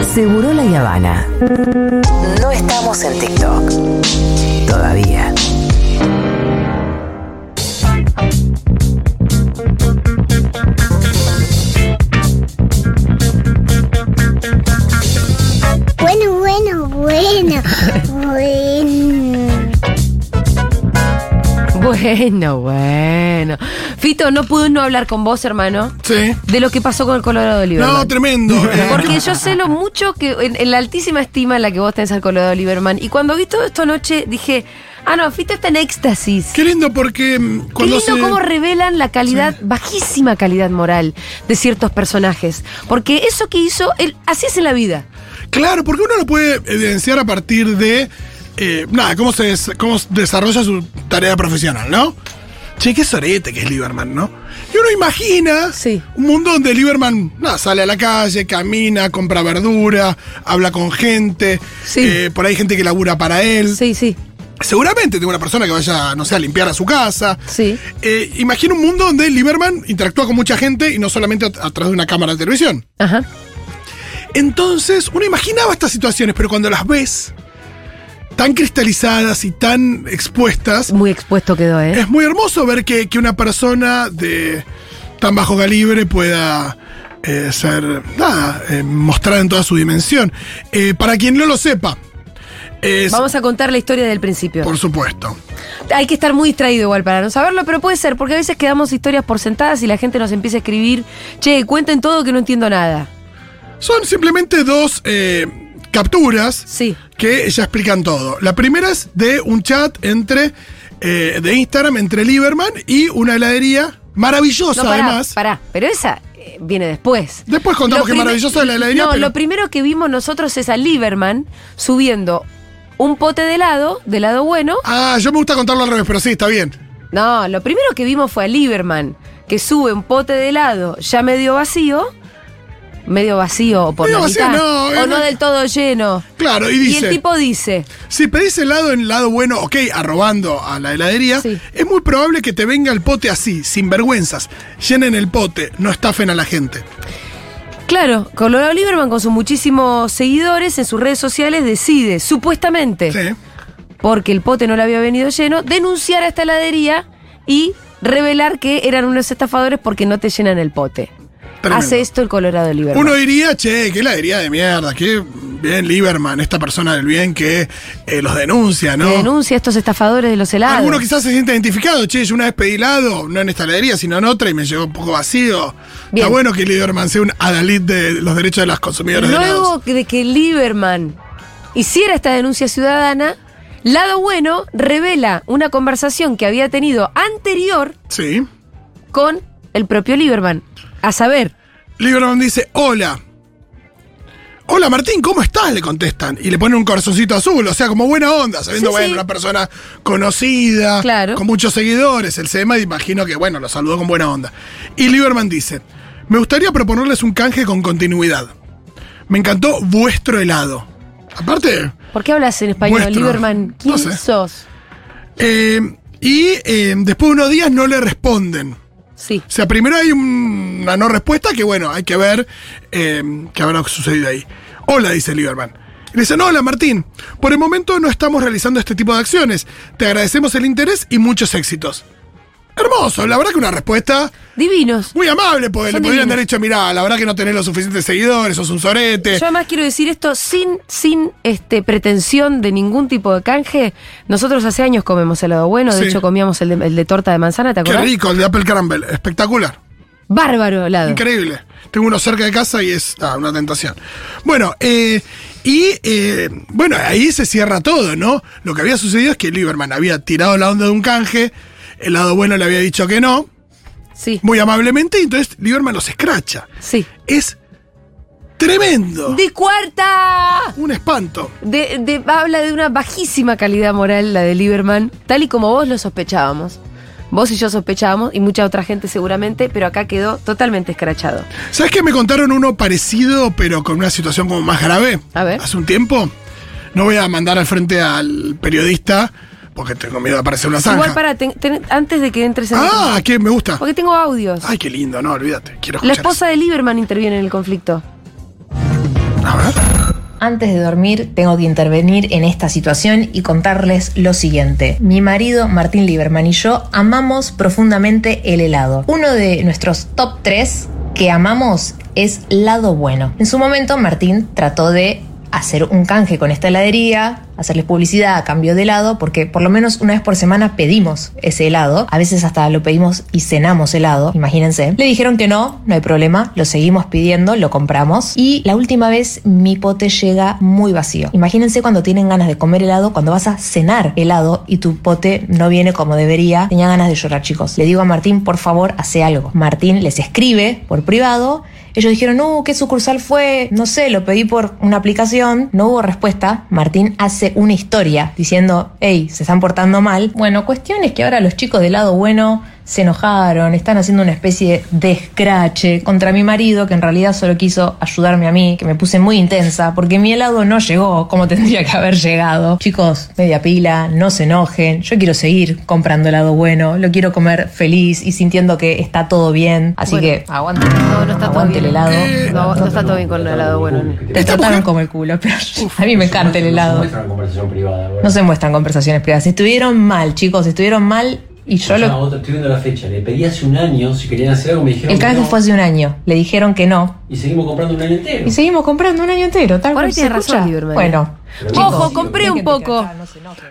aseguró la Yavana. No estamos en TikTok. Todavía. Bueno, bueno, bueno. bueno. Bueno, bueno. Fito, no pude no hablar con vos, hermano, Sí. de lo que pasó con el Colorado Oliverman. No, tremendo. Eh, Porque yo sé lo mucho que. En, en la altísima estima en la que vos tenés al Colorado Oliverman. Y cuando vi todo esto anoche, dije. Ah, no, Fito está en éxtasis. Qué lindo porque mm, Qué cuando lindo se... cómo revelan la calidad, bajísima calidad moral de ciertos personajes. Porque eso que hizo, él, así es en la vida. Claro, porque uno lo puede evidenciar a partir de eh, nada, cómo se des- cómo se desarrolla su tarea profesional, ¿no? Che, qué sorete que es Lieberman, ¿no? Y uno imagina Sí. un mundo donde Lieberman nada, sale a la calle, camina, compra verdura, habla con gente, Sí. eh, por ahí gente que labura para él. Sí, sí. Seguramente tengo una persona que vaya, no sé, a limpiar a su casa. Sí. Eh, imagina un mundo donde Lieberman interactúa con mucha gente y no solamente a, a través de una cámara de televisión. Ajá. Entonces, uno imaginaba estas situaciones, pero cuando las ves tan cristalizadas y tan expuestas, Muy expuesto quedó, ¿eh? es muy hermoso ver que, que una persona de tan bajo calibre pueda eh, ser nada, eh, mostrada en toda su dimensión. Eh, para quien no lo sepa, es, Vamos a contar la historia del principio. por supuesto. Hay que estar muy distraído igual para no saberlo, pero puede ser, porque a veces quedamos historias por sentadas y la gente nos empieza a escribir, che, cuenten todo que no entiendo nada. Son simplemente dos eh, capturas Sí. que ya explican todo. La primera es de un chat entre eh, de Instagram entre Lieberman y una heladería maravillosa No, pará, además. pará, pero esa eh, viene después. Después contamos que prime- maravillosa la heladería, No, pero- lo primero que vimos nosotros es a Lieberman subiendo un pote de helado, de helado bueno. Ah, yo me gusta contarlo al revés, pero sí, está bien. No, lo primero que vimos fue a Lieberman, que sube un pote de helado ya medio vacío, medio vacío o por Medio la vacío, mitad, no, o eh, no no- del todo lleno. Claro, y Y dice, el tipo dice, si pedís helado en lado bueno, ok, arrobando a la heladería, Sí. es muy probable que te venga el pote así, sin vergüenzas. Llenen el pote, no estafen a la gente. Claro, Colorado Lieberman con sus muchísimos seguidores en sus redes sociales decide, supuestamente, Sí. porque el pote no le había venido lleno, denunciar a esta heladería y revelar que eran unos estafadores porque no te llenan el pote. Tremendo. Hace esto el Colorado Lieberman. Uno diría, che, qué heladería de mierda, qué bien Lieberman, esta persona del bien que eh, los denuncia, Que ¿no? denuncia a estos estafadores de los helados. Alguno quizás se siente identificado, che, yo una vez pedí helado, no en esta heladería, sino en otra, y me llegó un poco vacío. Bien. Está bueno que Lieberman sea un adalid de los derechos de las consumidoras de helados. Luego de que Lieberman hiciera esta denuncia ciudadana, Lado Bueno revela una conversación que había tenido anterior Sí. con el propio Lieberman. A saber, Lieberman dice, hola. Hola Martín, ¿cómo estás? Le contestan. Y le ponen un corazoncito azul, o sea, como buena onda, sabiendo, Sí, bueno, sí. una persona conocida, Claro. con muchos seguidores, el SEMA, imagino que, bueno, lo saludó con buena onda. Y Lieberman dice, me gustaría proponerles un canje con continuidad. Me encantó vuestro helado. Aparte, ¿Por qué hablas en español, Vuestro. Lieberman? ¿Quién No sé. sos? eh, y eh, después de unos días no le responden. Sí. O sea, primero hay un- una no respuesta que, bueno, hay que ver eh, qué habrá sucedido ahí. Hola, dice Lieberman. Y le dicen, hola Martín, por el momento no estamos realizando este tipo de acciones. Te agradecemos el interés y muchos éxitos. Hermoso, la verdad que una respuesta Divinos. muy amable, porque Son le podrían divinos. haber dicho, mirá, la verdad que no tenés los suficientes seguidores, sos un sorete. Yo además quiero decir esto sin, sin este, pretensión de ningún tipo de canje. Nosotros hace años comemos helado bueno, de Sí. hecho comíamos el de, el de torta de manzana, ¿te Qué acordás? rico, el de Apple Caramel, espectacular. Bárbaro helado. Increíble. Tengo uno cerca de casa y es ah, una tentación. Bueno, eh, y eh, bueno, ahí se cierra todo, ¿no? Lo que había sucedido es que Lieberman había tirado la onda de un canje, el lado bueno le había dicho que no, Sí, muy amablemente, y entonces Lieberman los escracha. sí. Es tremendo. ¡De cuarta! Un espanto. De- de- habla de una bajísima calidad moral la de Lieberman, tal y como vos lo sospechábamos. Vos y yo sospechábamos, y mucha otra gente seguramente, pero acá quedó totalmente escrachado. ¿Sabes que me contaron uno parecido, pero con una situación como más grave? A ver. Hace un tiempo. No voy a mandar al frente al periodista, porque tengo miedo de aparecer una zanja. Igual para, ten- ten- antes de que entres en el Ah, que me gusta. Porque tengo audios. Ay, qué lindo, no, olvídate. Quiero La escuchar. esposa de Lieberman interviene en el conflicto. eso. A ver. Antes de dormir tengo que intervenir en esta situación y contarles lo siguiente. Mi marido Martín Lieberman y yo amamos profundamente el helado. Uno de nuestros top 3 que amamos es lado bueno. En su momento Martín trató de hacer un canje con esta heladería, hacerles publicidad a cambio de helado, porque por lo menos una vez por semana pedimos ese helado. A veces hasta lo pedimos y cenamos helado, imagínense. Le dijeron que no, no hay problema, lo seguimos pidiendo, lo compramos. Y la última vez mi pote llega muy vacío. Imagínense cuando tienen ganas de comer helado, cuando vas a cenar helado y tu pote no viene como debería. Tenía ganas de llorar, chicos. Le digo a Martín, por favor, hace algo. Martín les escribe por privado. Ellos dijeron, no, ¿qué sucursal fue? No sé, lo pedí por una aplicación. No hubo respuesta. Martín hace una historia diciendo, hey, se están portando mal. Bueno, cuestión es que ahora los chicos del lado bueno se enojaron, están haciendo una especie de escrache contra mi marido, que en realidad solo quiso ayudarme a mí, que me puse muy intensa, porque mi helado no llegó como tendría que haber llegado. Chicos, media pila, no se enojen, yo quiero seguir comprando helado bueno, lo quiero comer feliz y sintiendo que está todo bien, así Bueno. que aguante, No, no está todo aguante bien. el helado. Eh, No, no está todo bien con el helado, bueno. Te Esta trataron mujer- como el culo, pero a mí me encanta el helado. No se muestra en conversación privada. bueno. No se muestran conversaciones privadas. Estuvieron mal, chicos, estuvieron mal y yo O sea, lo... otra- estoy viendo la fecha. Le pedí hace un año si querían hacer algo, me dijeron. El que canje no, fue hace un año. Le dijeron que no. Y seguimos comprando un año entero. Y seguimos comprando un año entero. Tal Por ahí cual, ¿se tiene razón, escucha? Lieberman. Bueno. Pero Ojo, chicos, compré sí, un poco.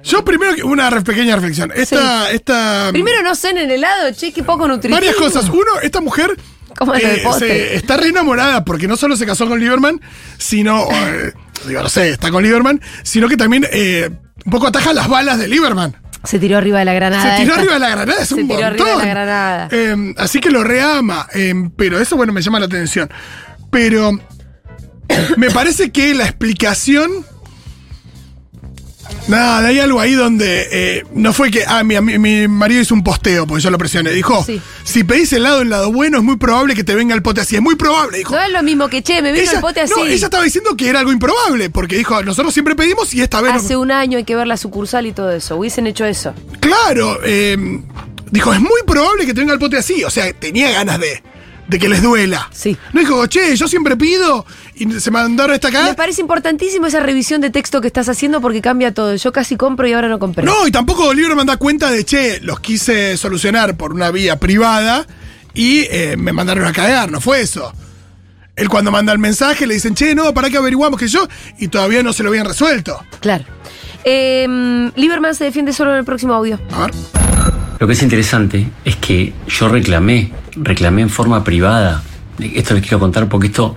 Yo primero, que- una re- pequeña reflexión. Esta, esta. mm, Primero no cenen helado, che, qué poco nutritivo. Varias cosas. Uno, esta mujer eh, ¿Cómo es lo de postre? se- está re enamorada porque no solo se casó con Lieberman, sino. eh, digo, no sé, está con Lieberman, sino que también eh, un poco ataja las balas de Lieberman. Se tiró arriba de la granada. se tiró esta. arriba de la granada, es Se un tiró montón. arriba de la granada. Eh, así que lo reama. eh, pero eso, bueno, me llama la atención. Pero me parece que la explicación. Nada, hay algo ahí donde eh, no fue que. Ah, mi, mi- mi marido hizo un posteo porque yo lo presioné. Dijo: Sí. Si pedís el lado en lado bueno, es muy probable que te venga el pote así. Es muy probable, dijo. No es lo mismo que, che, me vino el pote así. no, ella estaba diciendo que era algo improbable porque dijo: Nosotros siempre pedimos y esta vez. no- Hace un año hay que ver la sucursal y todo eso. Hubiesen hecho eso. Claro, eh, dijo, es muy probable que tenga el pote así. O sea, tenía ganas de, de que les duela. Sí. No dijo, che, yo siempre pido y se mandaron esta Me acá. parece importantísimo esa revisión de texto que estás haciendo porque cambia todo. Yo casi compro y ahora no compré. No, y tampoco Lieberman da cuenta de, che, los quise solucionar por una vía privada y eh, me mandaron a cagar, no fue eso. Él cuando manda el mensaje le dicen, che, no, para que averiguamos que yo, y todavía no se lo habían resuelto. Claro. Eh, Lieberman se defiende solo en el próximo audio. A ver. Lo que es interesante es que yo reclamé, reclamé en forma privada. Esto les quiero contar porque esto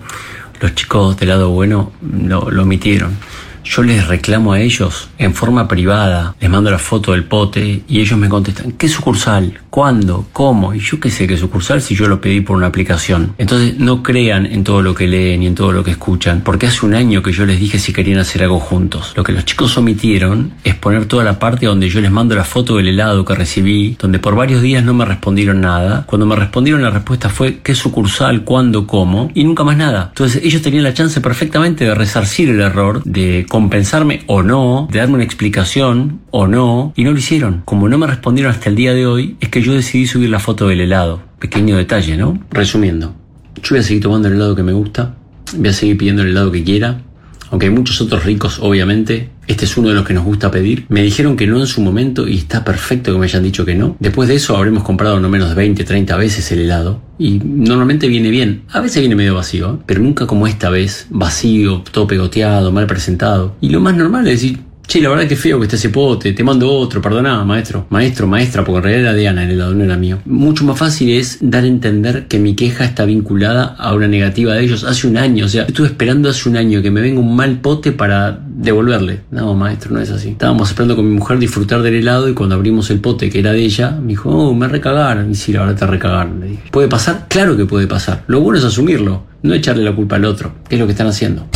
los chicos del lado bueno lo, lo omitieron. Yo les reclamo a ellos en forma privada, les mando la foto del pote y ellos me contestan, ¿qué sucursal? ¿Cuándo? ¿Cómo? Y yo qué sé qué sucursal si yo lo pedí por una aplicación. Entonces no crean en todo lo que leen y en todo lo que escuchan, porque hace un año que yo les dije si querían hacer algo juntos. Lo que los chicos omitieron es poner toda la parte donde yo les mando la foto del helado que recibí, donde por varios días no me respondieron nada. Cuando me respondieron la respuesta fue qué sucursal, cuándo, cómo, y nunca más nada. Entonces ellos tenían la chance perfectamente de resarcir el error, de compensarme o no, de darme una explicación o no, y no lo hicieron. Como no me respondieron hasta el día de hoy, es que yo decidí subir la foto del helado. Pequeño detalle, ¿no? Resumiendo, yo voy a seguir tomando el helado que me gusta, voy a seguir pidiendo el helado que quiera, aunque hay muchos otros ricos, obviamente, este es uno de los que nos gusta pedir. Me dijeron que no en su momento y está perfecto que me hayan dicho que no. Después de eso habremos comprado no menos de 20, 30 veces el helado. Y normalmente viene bien. A veces viene medio vacío, ¿eh? pero nunca como esta vez. Vacío, todo pegoteado, mal presentado. Y lo más normal es decir, che, la verdad que feo que está ese pote, te mando otro, perdoná, maestro. Maestro, maestra, porque en realidad era de Ana el helado, no era mío. Mucho más fácil es dar a entender que mi queja está vinculada a una negativa de ellos hace un año. O sea, estuve esperando hace un año que me venga un mal pote para devolverle. No, maestro, no es así. Estábamos esperando con mi mujer disfrutar del helado y cuando abrimos el pote que era de ella, me dijo, oh, me recagaron. Y sí, la verdad te recagaron, le dije. ¿Puede pasar? Claro que puede pasar. Lo bueno es asumirlo, no echarle la culpa al otro, que es lo que están haciendo.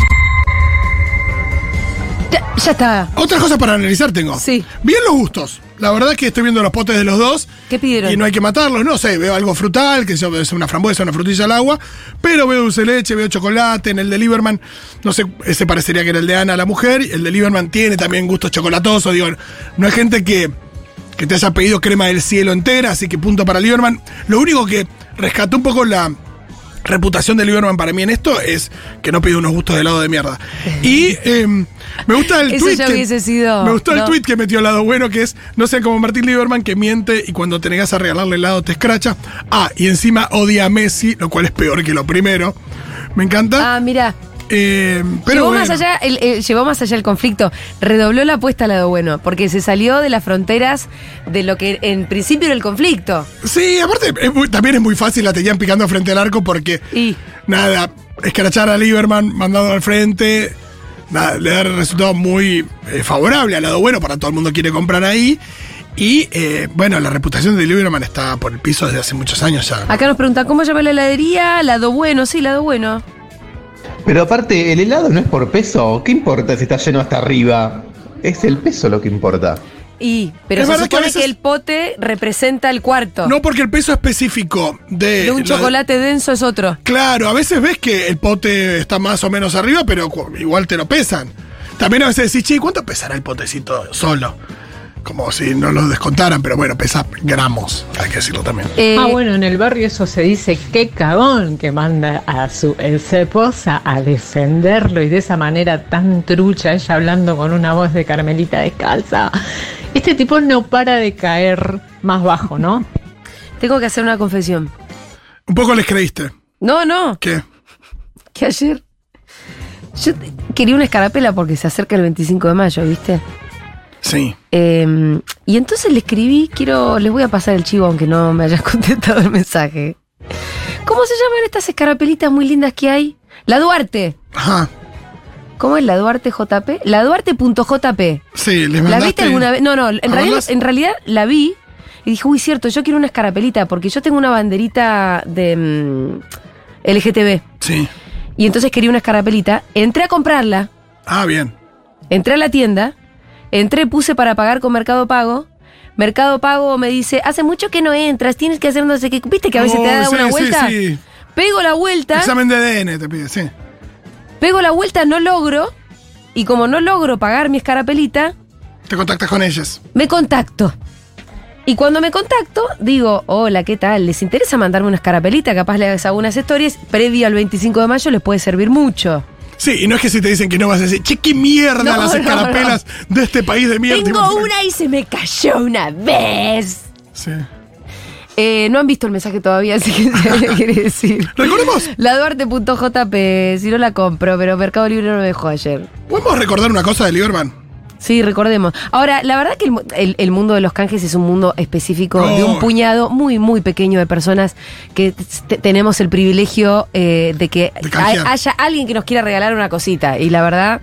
Ya, ya está. Otras cosas para analizar tengo. Sí. Bien los gustos. La verdad que estoy viendo los potes de los dos. ¿Qué pidieron? Y no hay que matarlos, no sé, veo algo frutal, que sea es una frambuesa, una frutilla al agua, pero veo dulce de leche, veo chocolate, en el de Lieberman, no sé, ese parecería que era el de Ana, la mujer, y el de Lieberman tiene también gustos chocolatosos, digo, no hay gente que, que te haya pedido crema del cielo entera, así que punto para Lieberman. Lo único que rescató un poco la, reputación de Lieberman para mí en esto es que no pide unos gustos de helado de mierda. Y eh, me gusta el Eso tweet. ya hubiese sido- me gustó no. el tweet que metió al lado bueno, que es no sean como Martín Lieberman que miente y cuando te negas a regalarle helado te escracha. Ah, y encima odia a Messi, lo cual es peor que lo primero. Me encanta. Ah, mira. Eh, pero llevó, bueno. más allá el, eh, llevó más allá el conflicto, redobló la apuesta al lado bueno, porque se salió de las fronteras de lo que en principio era el conflicto. Sí, aparte es muy- también es muy fácil, la tenían picando frente al arco porque Y nada, escrachar a Lieberman, mandarlo al frente, nada, le da resultado muy eh, favorable al lado bueno para todo el mundo quiere comprar ahí. Y eh, bueno, la reputación de Lieberman está por el piso desde hace muchos años ya. acá nos preguntan, ¿cómo llama la heladería? Lado bueno, sí, lado bueno. Pero aparte, el helado no es por peso. ¿Qué importa si está lleno hasta arriba? Es el peso lo que importa. Y, pero Es se verdad que a supone que, veces- el pote representa el cuarto. No porque el peso específico de, de un la- chocolate denso es otro. Claro, a veces ves que el pote está más o menos arriba, pero cu- igual te lo pesan. También a veces decís, che, ¿cuánto pesará el potecito solo? Como si no lo descontaran, pero bueno, pesa gramos, hay que decirlo también. Eh, Ah, bueno, en el barrio eso se dice, qué cagón que manda a su ex esposa a defenderlo y de esa manera tan trucha, ella hablando con una voz de Carmelita descalza. Este tipo no para de caer más bajo, ¿no? Tengo que hacer una confesión. Un poco les creíste. No, no, ¿Qué? que ayer. Yo te- quería una escarapela porque se acerca el 25 de mayo, ¿viste? Sí. Eh, y entonces le escribí, quiero, les voy a pasar el chivo aunque no me hayas contestado el mensaje. ¿Cómo se llaman estas escarapelitas muy lindas que hay? La Duarte. Ajá. ¿Cómo es la Duarte JP? La Duarte.jp. Sí, les ¿La mandaste. viste alguna vez? No, no, en ¿La realidad, mandaste? en realidad la vi y dije, uy, cierto, yo quiero una escarapelita porque yo tengo una banderita de mm, LGTB. Sí. Y entonces quería una escarapelita. Entré a comprarla, Ah, bien. entré a la tienda, entré, puse para pagar con Mercado Pago. Mercado Pago me dice, hace mucho que no entras, tienes que hacer no sé qué. ¿Viste que a veces Oh, te da sí, una sí, vuelta? sí. Pego la vuelta, Examen de ADN te pide, sí. pego la vuelta, no logro. Y como no logro pagar mi escarapelita, Te contactas con ellas. me contacto. Y cuando me contacto, digo, hola, ¿qué tal? ¿Les interesa mandarme una escarapelita? Capaz les hago unas stories. Previo al 25 de mayo les puede servir mucho. Sí, y no es que si te dicen que no vas a decir, che, qué mierda No, las no, escarapelas de este país de mierda. Tengo una y se me cayó una vez. Sí. Eh, no han visto el mensaje todavía, así que ya le quiere decir. Recordemos, La Duarte.jp, si no la compro, pero Mercado Libre no me dejó ayer. podemos recordar una cosa de Lieberman. Sí, recordemos. Ahora, la verdad que el, mu- el- el mundo de los canjes es un mundo específico de un No. puñado muy, muy pequeño de personas que t- t- tenemos el privilegio eh, de que De canjear. hay- haya alguien que nos quiera regalar una cosita. Y la verdad,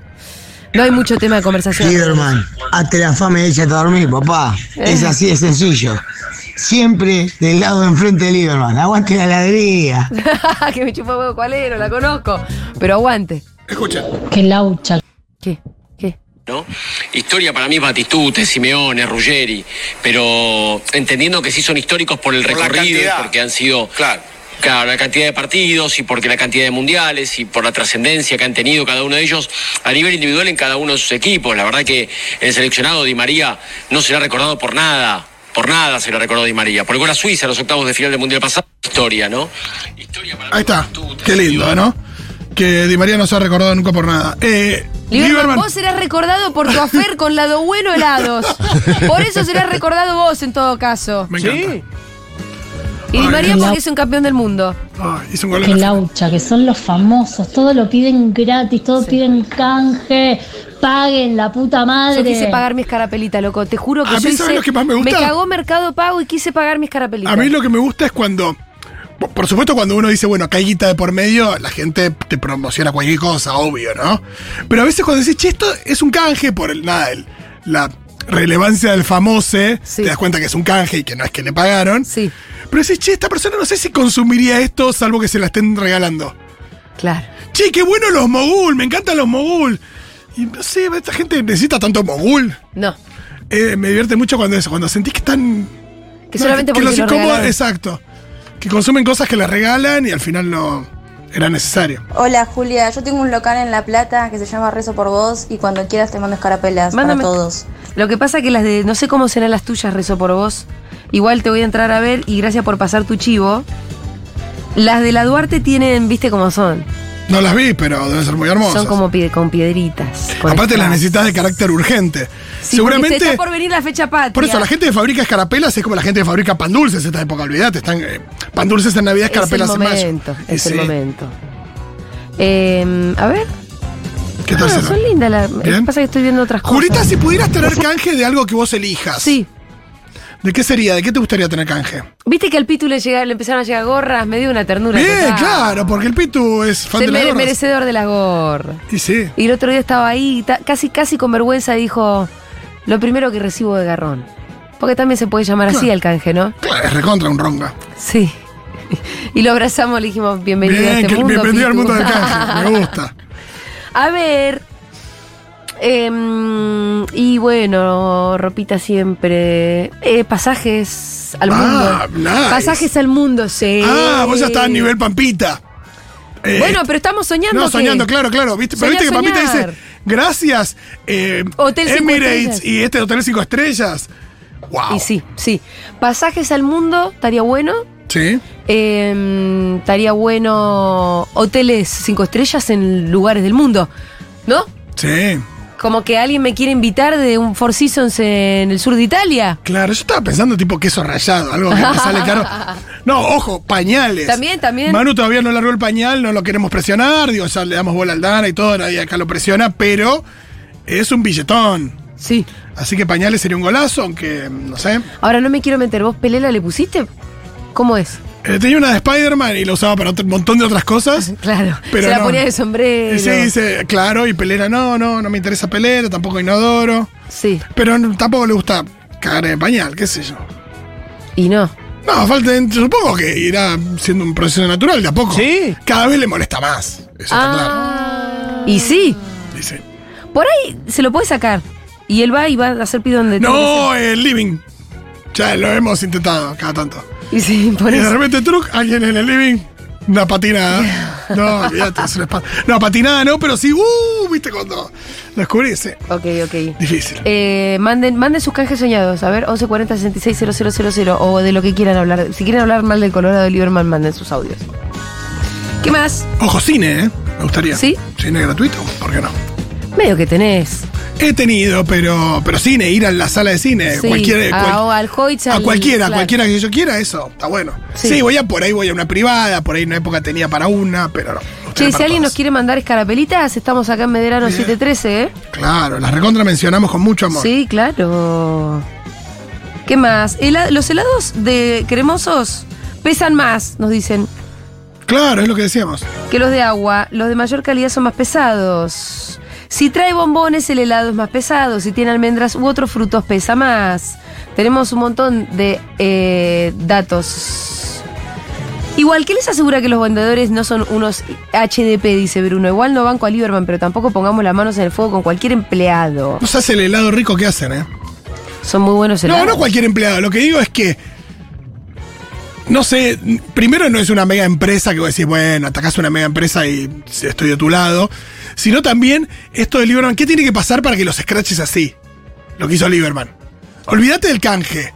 no hay mucho tema de conversación. Lieberman, hasta la fama de ella te dormir, papá. Eh. Es así de sencillo. Siempre del lado de enfrente de Lieberman. Aguante la heladería. que me chupa huevo cuál era, la conozco. Pero aguante. Escuchen. Qué laucha. ¿Qué? ¿Qué? ¿no? Historia para mí es Batistute, Simeone, Ruggeri, pero entendiendo que sí son históricos por el Por la recorrido, y cantidad. porque han sido. Claro. Claro, la cantidad de partidos y porque la cantidad de mundiales y por la trascendencia que han tenido cada uno de ellos a nivel individual en cada uno de sus equipos. La verdad que el seleccionado Di María no será recordado por nada, por nada será recordado Di María. Por el gol a Suiza en los octavos de final del Mundial pasado, historia, ¿no? Historia para mí Ahí está. Batistute, Qué lindo, ¿no? Que Di María no se ha recordado nunca por nada. Eh, Lieberman, Lieberman. vos serás recordado por tu afer con lado bueno helados. Por eso serás recordado vos en todo caso. Me encanta. Y Di Ay, María qué porque la- es un campeón del mundo. Ay, Ah, hizo un gol en Qué la- laucha, que son los famosos, todo lo piden gratis, todo piden canje, paguen la puta madre. Yo quise pagar mi escarapelita, loco. Te juro que A yo mí, ¿sabes hice- lo que más me gusta? cagó Mercado Pago y quise pagar mi escarapelita. A mí lo que me gusta es cuando. po- Por supuesto, cuando uno dice, bueno, acá hay guita de por medio, la gente te promociona cualquier cosa, obvio, ¿no? Pero a veces cuando decís, che, esto es un canje por el nada, el- la relevancia del famoso, Sí. te das cuenta que es un canje y que no es que le pagaron. Sí, Pero decís, che, esta persona no sé si consumiría esto salvo que se la estén regalando. claro. Che, qué bueno los mogul, me encantan los mogul. Y no sé, esta gente necesita tanto mogul. No. Eh, me divierte mucho cuando eso, cuando sentís que están Que solamente que porque los lo incomoda, regalaron. exacto. Que consumen cosas que les regalan y al final no era necesario. Hola Julia, yo tengo un local en La Plata que se llama Rezo por Vos y cuando quieras te mando escarapelas Mándame. para todos. Lo que pasa que las de. No sé cómo serán las tuyas, rezo por vos. Igual te voy a entrar a ver y gracias por pasar tu chivo. Las de la Duarte tienen, viste cómo son. No las vi, pero deben ser muy hermosas. Son como pie- con piedritas. con Aparte las strass. necesitas de carácter urgente. Sí, Seguramente. porque se Está por venir la fecha patria. Por eso, la gente que fabrica escarapelas es como la gente que fabrica pan dulces esta época, olvídate. Están eh, pan dulces en Navidad, es el escarapelas en momento. mayo. Y Es el sí. momento. Eh, a ver. ¿Qué tal Ah, será? son lindas. las- lo que Bien. pasa es que estoy viendo otras cosas. Jurita, si pudieras tener canje de algo que vos elijas. Sí. ¿De qué sería? ¿De qué te gustaría tener canje? Viste que al Pitu le, llega- le empezaron a llegar gorras, me dio una ternura. Bien, total. claro, porque el Pitu es Ah. fan Se de las mere- gorras. merecedor de las gorras. Y sí. Y el otro día estaba ahí, y ta- casi, casi con vergüenza dijo, lo primero que recibo de garrón. Porque también se puede llamar así Claro. el canje, ¿no? Claro, es recontra un ronga. Sí. Y lo abrazamos, le dijimos, bienvenido Bien, a este que mundo. bienvenido al Pitu". mundo del canje. Me gusta. a ver. em, y bueno, ropita siempre. Eh, pasajes al Ah, mundo. nice. Pasajes al mundo, sí. Ah, vos ya estás a nivel Pampita. Eh, Bueno, pero estamos soñando. No, que- soñando, claro, claro. ¿viste? Pero Soñar, viste que Pampita soñar. dice, gracias eh, Hotel cinco Emirates estrellas. y este Hotel 5 Estrellas. Wow. Y sí, sí. Pasajes al mundo, estaría bueno. Sí. Eh, Estaría bueno hoteles cinco estrellas en lugares del mundo, ¿no? Sí. Como que alguien me quiere invitar de un Four Seasons en el sur de Italia. Claro, yo estaba pensando tipo queso rallado, algo que te sale caro. No, ojo, pañales. También, también. Manu todavía no largó el pañal, no lo queremos presionar, digo, ya le damos bola al Dana y todo, nadie acá lo presiona, pero es un billetón. Sí. Así que pañales sería un golazo, aunque no sé. Ahora no me quiero meter. ¿Vos Pelela le pusiste? ¿Cómo es? Eh, tenía una de Spider-Man y la usaba para otro- un montón de otras cosas. Claro. Pero Se la no. ponía de sombrero. Y sí, dice, claro, y Pelera no, no, no me interesa Pelera, tampoco Inodoro. Sí. Pero no- tampoco le gusta cagar en el pañal, qué sé yo. Y no. No, falta, supongo que irá siendo un proceso natural de a poco. Sí. Cada vez le molesta más. Eso Ah. Y sí. está claro. Dice. Por ahí se lo puede sacar. Y él va y va a hacer pido donde tenga No, el living. Ya lo hemos intentado cada tanto. que ser. Y sí, por Y de eso. repente, truc, alguien en el living, una patinada. No, olvídate, es una espa- No, patinada no, pero sí, uh, viste cuando lo descubrí, sí. Ok, ok. Difícil. Eh, manden, manden sus canjes soñados, a ver, 1140 66 000 o de lo que quieran hablar. Si quieren hablar mal del Colorado de Lieberman, manden sus audios. ¿Qué más? Ojo, cine, ¿eh? Me gustaría. ¿Sí? Cine gratuito, ¿por qué no? Medio que tenés. He tenido, pero, pero cine, ir a la sala de cine, Sí, cualquier- a- Eh, cual- o al Hoyts, a al- cualquiera, claro. cualquiera que yo quiera, eso está bueno. Sí. Sí. voy a por ahí, voy a una privada, por ahí en una época tenía para una, pero no. los Che, tenés si para alguien nos todos. quiere mandar escarapelitas, estamos acá en Medrano 713, ¿eh? Claro, las recontra mencionamos con mucho amor. Sí, claro. ¿Qué más? Hela- los helados de cremosos pesan más, nos dicen, Claro, es lo que decíamos. que los de agua. Los de mayor calidad son más pesados. Si trae bombones, el helado es más pesado. Si tiene almendras u otros frutos, pesa más. Tenemos un montón de eh, datos. Igual, ¿qué les asegura que los vendedores no son unos HDP? Dice Bruno. Igual no banco a Lieberman, pero tampoco pongamos las manos en el fuego con cualquier empleado. No se hace el helado rico que hacen, ¿eh? Son muy buenos No, helados. no cualquier empleado. Lo que digo es que. No sé, primero no es una mega empresa que vos decís, bueno, atacás una mega empresa y estoy de tu lado. Sino también esto de Lieberman. ¿Qué tiene que pasar para que los escraches así? Lo que hizo Lieberman. Olvídate del canje.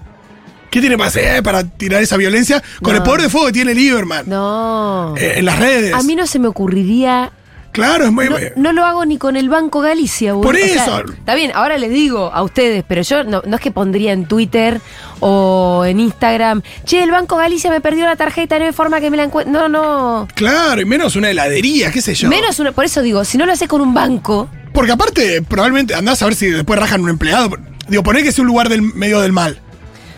¿Qué tiene que pasar eh, para tirar esa violencia con No. el poder de fuego que tiene Lieberman? No. Eh, en las redes. A mí no se me ocurriría. Claro, es muy. No, no lo hago ni con el Banco Galicia, boludo. Por O sea, eso. Está bien, ahora les digo a ustedes, pero yo no, no es que pondría en Twitter o en Instagram. Che, el Banco Galicia me perdió la tarjeta, no hay forma que me la encuentre. No, no. Claro, y menos una heladería, qué sé yo. Menos una. Por eso digo, si no lo haces con un banco. Porque aparte, probablemente andás a ver si después rajan un empleado. Digo, poner que es un lugar del medio del mal.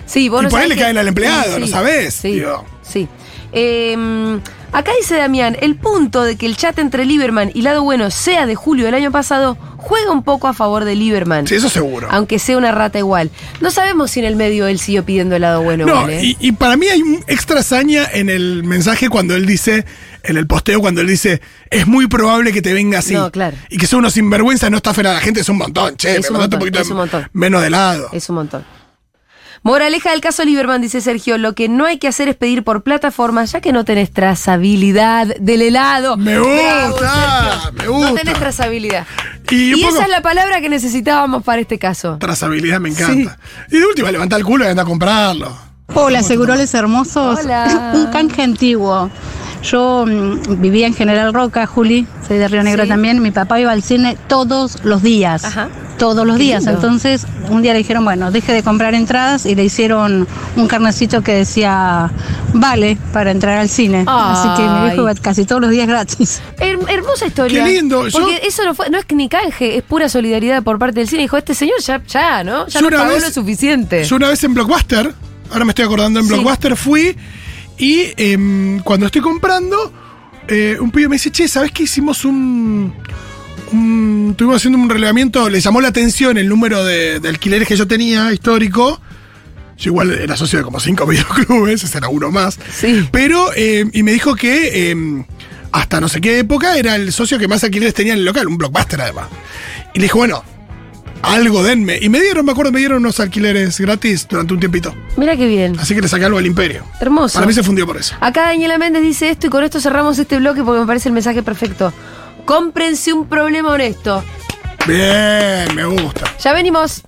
Sí, vos Y no por ahí sabés le que- caen al empleado, ¿lo sabés? Sí. Digo. sí. Eh, acá dice Damián, el punto de que el chat entre Lieberman y Lado Bueno sea de julio del año pasado juega un poco a favor de Lieberman. Sí, eso seguro. Aunque sea una rata igual. No sabemos si en el medio él siguió pidiendo el lado bueno. No, igual, ¿eh? y, y para mí hay un extra hazaña en el mensaje cuando él dice, en el posteo, cuando él dice, es muy probable que te venga así. No, claro. Y que son unos sinvergüenzas, no estafen a la gente, es un montón, che, Es me un mandaste montón, es un un poquito montón. menos de lado. Es un montón. Moraleja del caso Lieberman, dice Sergio, lo que no hay que hacer es pedir por plataformas ya que no tenés trazabilidad del helado. Me Bravo, gusta, Sergio. me gusta. No tenés trazabilidad. Y un Y poco- esa es la palabra que necesitábamos para este caso. Trazabilidad me encanta. Y de última, levanta Oh, el culo y anda a comprarlo. Hola, seguroles hermosos. Hola. Un canje antiguo. Yo mm, vivía en General Roca, Juli, soy de Río Negro también. Mi papá iba al cine todos los días. Todos los Qué días. lindo. Entonces, un día le dijeron, bueno, deje de comprar entradas y le hicieron un carnecito que decía, vale, para entrar al cine. Así que mi viejo iba Ay. casi todos los días gratis. Her- hermosa historia. Qué lindo, yo- Porque eso no fue, no es ni canje, es pura solidaridad por parte del cine. Dijo, este señor ya, ya, ¿no? Ya Yo nos una pagó vez- lo suficiente. Yo una vez en Blockbuster, ahora me estoy acordando, en Sí. Blockbuster fui y em, cuando estoy comprando, eh, un pibe me dice, che, ¿sabés qué hicimos un... un- Estuvimos haciendo un relevamiento, le llamó la atención el número de, de alquileres que yo tenía histórico. Yo igual era socio de como cinco videoclubes, ese era uno más. Pero, eh, y me dijo que eh, hasta no sé qué época era el socio que más alquileres tenía en el local, un blockbuster además. Y le dije, bueno, algo denme. Y me dieron, me acuerdo, me dieron unos alquileres gratis durante un tiempito. Mira qué bien. Así que le saqué algo al imperio. Hermoso. Para mí se fundió por eso. Acá Daniela Méndez dice esto y con esto cerramos este bloque porque me parece el mensaje perfecto. Cómprense un problema honesto. Bien, me gusta. Ya venimos.